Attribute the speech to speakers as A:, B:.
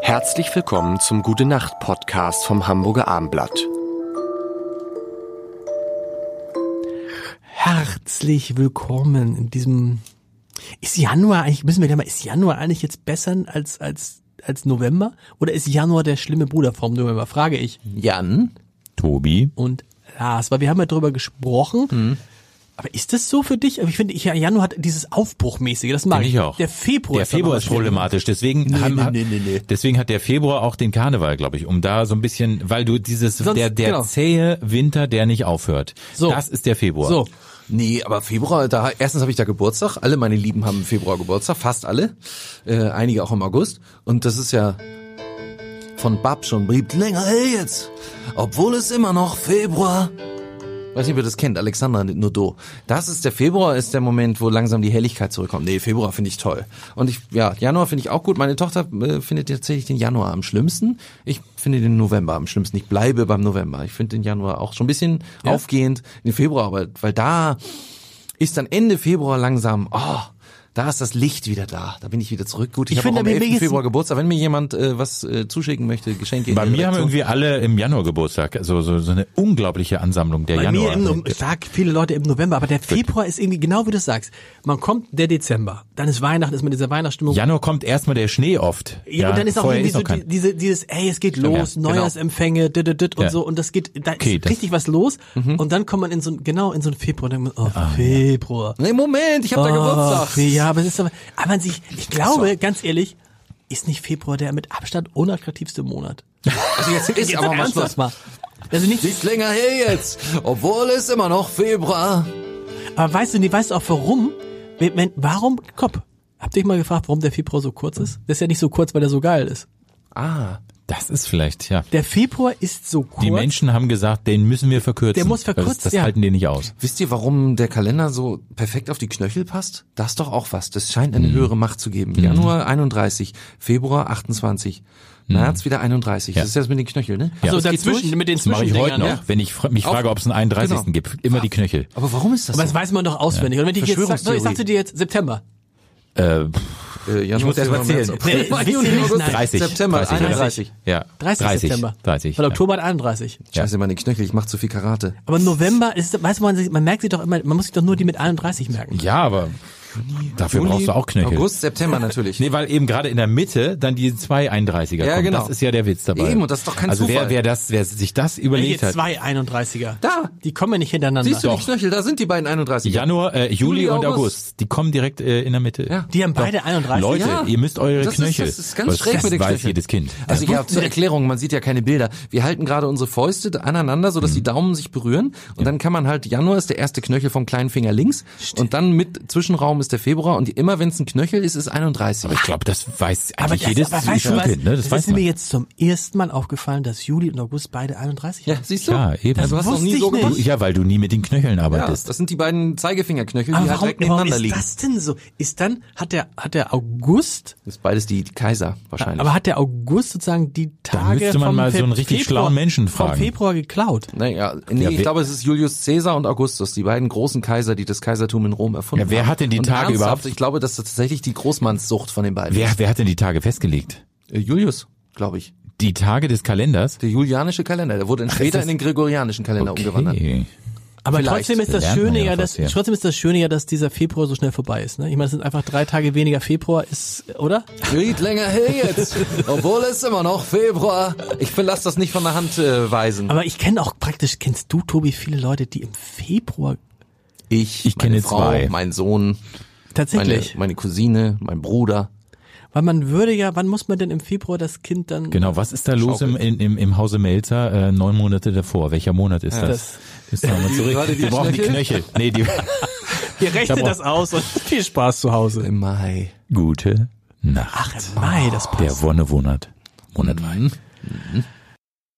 A: Herzlich willkommen zum Gute Nacht Podcast vom Hamburger Armblatt.
B: Herzlich willkommen in diesem. Ist Januar eigentlich, müssen wir ja mal, ist Januar eigentlich jetzt besser als, als, als November? Oder ist Januar der schlimme Bruder vom November? Frage ich.
C: Jan, Tobi.
B: Und Lars, weil wir haben ja drüber gesprochen.
C: Mhm.
B: Aber ist das so für dich? Aber ich finde, ich, Januar hat dieses Aufbruchmäßige, das mag
C: Find ich auch.
B: Der Februar
C: Der Februar ist problematisch, deswegen, haben,
B: nee, nee, nee.
C: deswegen hat der Februar auch den Karneval, glaube ich, um da so ein bisschen, weil du dieses,
B: Sonst-
C: der, der
B: genau.
C: zähe Winter, der nicht aufhört.
B: So.
C: Das ist der Februar.
B: So.
D: Nee, aber Februar, da erstens habe ich da Geburtstag. Alle meine Lieben haben im Februar Geburtstag, fast alle. Äh, einige auch im August. Und das ist ja von Bab schon beliebt. Länger her jetzt. Obwohl es immer noch Februar. Weiß nicht, ob ihr das kennt, Alexandra Nodo. Das ist der Februar, ist der Moment, wo langsam die Helligkeit zurückkommt. Nee, Februar finde ich toll. Und ich, ja, Januar finde ich auch gut. Meine Tochter äh, findet tatsächlich den Januar am schlimmsten. Ich finde den November am schlimmsten. Ich bleibe beim November. Ich finde den Januar auch schon ein bisschen aufgehend. Den Februar, aber, weil da, ist dann Ende Februar langsam, oh, da ist das Licht wieder da. Da bin ich wieder zurück. Gut, ich,
B: Ich
D: habe auch
B: finde,
D: am
B: aber
D: 11.
B: wenigstens-
D: Februar Geburtstag. Wenn mir jemand äh, was äh, zuschicken möchte, Geschenke.
C: Bei
D: in die
C: mir haben
D: Redaktion.
C: irgendwie alle im Januar Geburtstag, also so, so eine unglaubliche Ansammlung der
B: Bei mir
C: Januar.
B: im, No- stark viele Leute im November, aber der Februar ist irgendwie genau wie du sagst. Man kommt der Dezember, dann ist Weihnachten, ist man in dieser Weihnachtsstimmung.
C: Januar kommt erstmal der Schnee oft.
B: Ja, und dann ist auch
C: vorher
B: irgendwie so
C: noch kein-
B: die, diese, dieses, ey, es geht los,
C: ja, genau.
B: Neujahrsempfänge, dit, dit, dit, und
C: Ja.
B: so, und das geht, da
C: Okay,
B: ist
C: das- Mhm.
B: richtig was los, und dann kommt man in so ein, genau, in so ein Februar, und dann denkt man,
C: Ah,
B: oh, Februar.
D: Nee, Moment, ich habe da
B: Oh,
D: Geburtstag.
B: ja, aber es ist aber, aber man sich, ich glaube, ganz ehrlich, ist nicht Februar der mit Abstand unattraktivste Monat?
D: Also jetzt ist aber mal
B: Ernsthaft
D: Schluss.
B: mal. Also nicht,
D: Ist länger her jetzt, obwohl es immer noch Februar.
B: aber weißt du, nee, weißt du auch warum? Wenn, wenn, warum, Kopf, habt ihr euch mal gefragt, warum der Februar so kurz ist? Der ist ja nicht so kurz, weil er so geil ist.
D: Ah,
C: Das ist vielleicht, ja.
B: Der Februar ist so kurz.
C: Die Menschen haben gesagt, den müssen wir verkürzen.
B: Der muss verkürzt,
C: Das, das
B: ja.
C: halten die nicht aus.
D: wisst ihr, warum der Kalender so perfekt auf die Knöchel passt? Das ist doch auch was. Das scheint eine höhere Macht zu geben. Januar 31, Februar 28, März wieder 31. Das ist jetzt mit den Knöcheln, ne?
B: so
D: Mhm. Das geht
B: dazwischen,
D: durch.
B: mit den
C: Das mache ich heute
B: Zwischendingern,
C: noch,
B: ja.
C: wenn ich fra- mich
D: Auf-
C: frage, ob es einen 31.
D: Genau.
C: gibt. Immer die Knöchel.
D: Aber warum ist das
B: Aber das
D: so?
B: weiß man doch auswendig. Und wenn ich jetzt sag,
D: Verschwörungstheorie.
B: ich sagte dir jetzt September.
C: Äh, pff,
D: Äh, Januar,
C: muss erst mal
D: Februar, März,
C: zählen.
D: April,
B: Nee,
D: Mai,
B: wisst ihr
D: Juni,
B: nicht?
D: August,
B: Nein.
C: 30.
D: September,
C: 30, oder?
D: 31.
C: Ja.
B: 30,
C: 30
B: September.
C: 30.
B: Weil
C: ja.
B: Oktober hat 31.
D: Scheiße, meine Knöchel, ich mach zu viel Karate.
B: Aber November ist, weißt du, man, sich- man merkt sich doch immer, man muss sich doch nur die mit 31 merken.
C: Ja, aber dafür
D: Juni,
C: brauchst du auch Knöchel.
D: August, September natürlich.
C: Nee, weil eben gerade in der Mitte dann die zwei 31er
D: Ja,
C: kommen.
D: genau.
C: Das ist ja der Witz dabei.
D: Eben, und das ist doch kein
C: also
D: Zufall.
C: Wer, wer, das, wer sich das
B: Hier
C: überlegt hat.
B: zwei 31er.
D: halt. Da.
B: Die kommen ja nicht hintereinander.
D: Siehst du die Knöchel, da sind die beiden 31.
C: Januar, äh, Juli,
D: Juli,
C: und
D: August.
C: August, die kommen direkt äh, in der Mitte.
D: Ja.
B: Die haben beide 31.
C: Leute,
D: Ja.
C: ihr müsst eure
D: Das ist-
C: Knöchel.
D: das ist ganz
C: Was-
D: schräg
C: das
D: mit den
C: weiß
D: Knöcheln.
C: jedes Kind.
D: Also ja, zur Erklärung, man sieht ja keine Bilder. Wir halten gerade unsere Fäuste aneinander, sodass
C: Mhm.
D: die Daumen sich berühren. Und dann kann man halt, Januar ist der erste Knöchel vom kleinen Finger links. Und dann mit Zwischenraum ist der Februar. Und immer wenn es ein Knöchel ist, ist 31.
C: aber ich glaube, das weiß
B: Aber
C: eigentlich
B: das,
C: jedes
B: aber weißt du was?
C: Schulkind. Ne? Das,
B: das
C: weiß
B: ist mir
C: man.
B: jetzt zum ersten Mal aufgefallen, dass Juli und August beide 31
D: Ja,
B: haben.
D: siehst du?
C: Ja, eben.
D: Ja, Du hast noch
B: wusste
D: nie
B: ich
D: so
B: nicht.
D: gemacht.
C: Du, ja, weil du nie mit den Knöcheln
D: Ja,
C: arbeitest.
D: das sind die beiden Zeigefingerknöchel, die
B: Aber
D: halt
B: warum,
D: direkt
B: warum
D: nebeneinander
B: ist
D: liegen.
B: das denn so? Ist dann, hat der, hat der August,
D: Das ist beides die Kaiser wahrscheinlich.
B: aber hat der August sozusagen die Tage
C: müsste man
B: vom
C: mal so
B: Fe-
C: einen richtig
B: Februar,
C: schlauen Menschen
B: Vom
C: fragen.
B: Februar geklaut.
D: naja, nee,
C: Ja,
D: ich
C: wer-
D: glaube, es ist Julius Caesar und Augustus, die beiden großen Kaiser, die das Kaisertum in Rom erfunden
C: Ja, wer
D: haben.
C: hat denn die
D: und
C: Tage
D: ernsthaft,
C: überhaupt?
D: Ich glaube, das ist tatsächlich die Großmannssucht von den beiden.
C: Wer, wer hat denn die Tage festgelegt?
D: Äh, Julius, glaube ich.
C: Die Tage des Kalenders?
D: Der julianische Kalender, der wurde später
C: das-
D: in den gregorianischen Kalender umgewandert.
C: Okay.
B: Aber
D: Vielleicht.
B: trotzdem ist das
C: Lernt man
B: Schöne
C: ja
B: ja,
C: auch
B: dass,
C: was, ja.
B: trotzdem ist das Schöne ja, dass dieser Februar so schnell vorbei ist, ne? Ich meine, es sind einfach drei Tage weniger Februar ist, oder?
D: Geht länger her jetzt, obwohl es immer noch Februar. Ich lass das nicht von der Hand äh, weisen.
B: Aber ich kenne auch praktisch, kennst du, Tobi, viele Leute, die im Februar
D: Ich, meine
C: Ich kenne
D: Frau,
C: zwei.
D: mein Sohn, meine,
B: tatsächlich,
D: meine Cousine, mein Bruder.
B: weil man würde ja, wann muss man denn im Februar das Kind dann
C: Genau, was ist da los im, in- im, im Hause Melzer äh, neun Monate davor? Welcher Monat ist das? Ist da mal zurück.
D: gerade die
C: Wir brauchen die Knöchel. Nee, die
B: Ihr rechnet
C: Ich hab
B: das aus und viel Spaß zu Hause.
D: Im Mai.
C: gute Nacht.
B: Mai, das passt.
D: Mhm.
C: Der Wonne Monat. Monat Wein.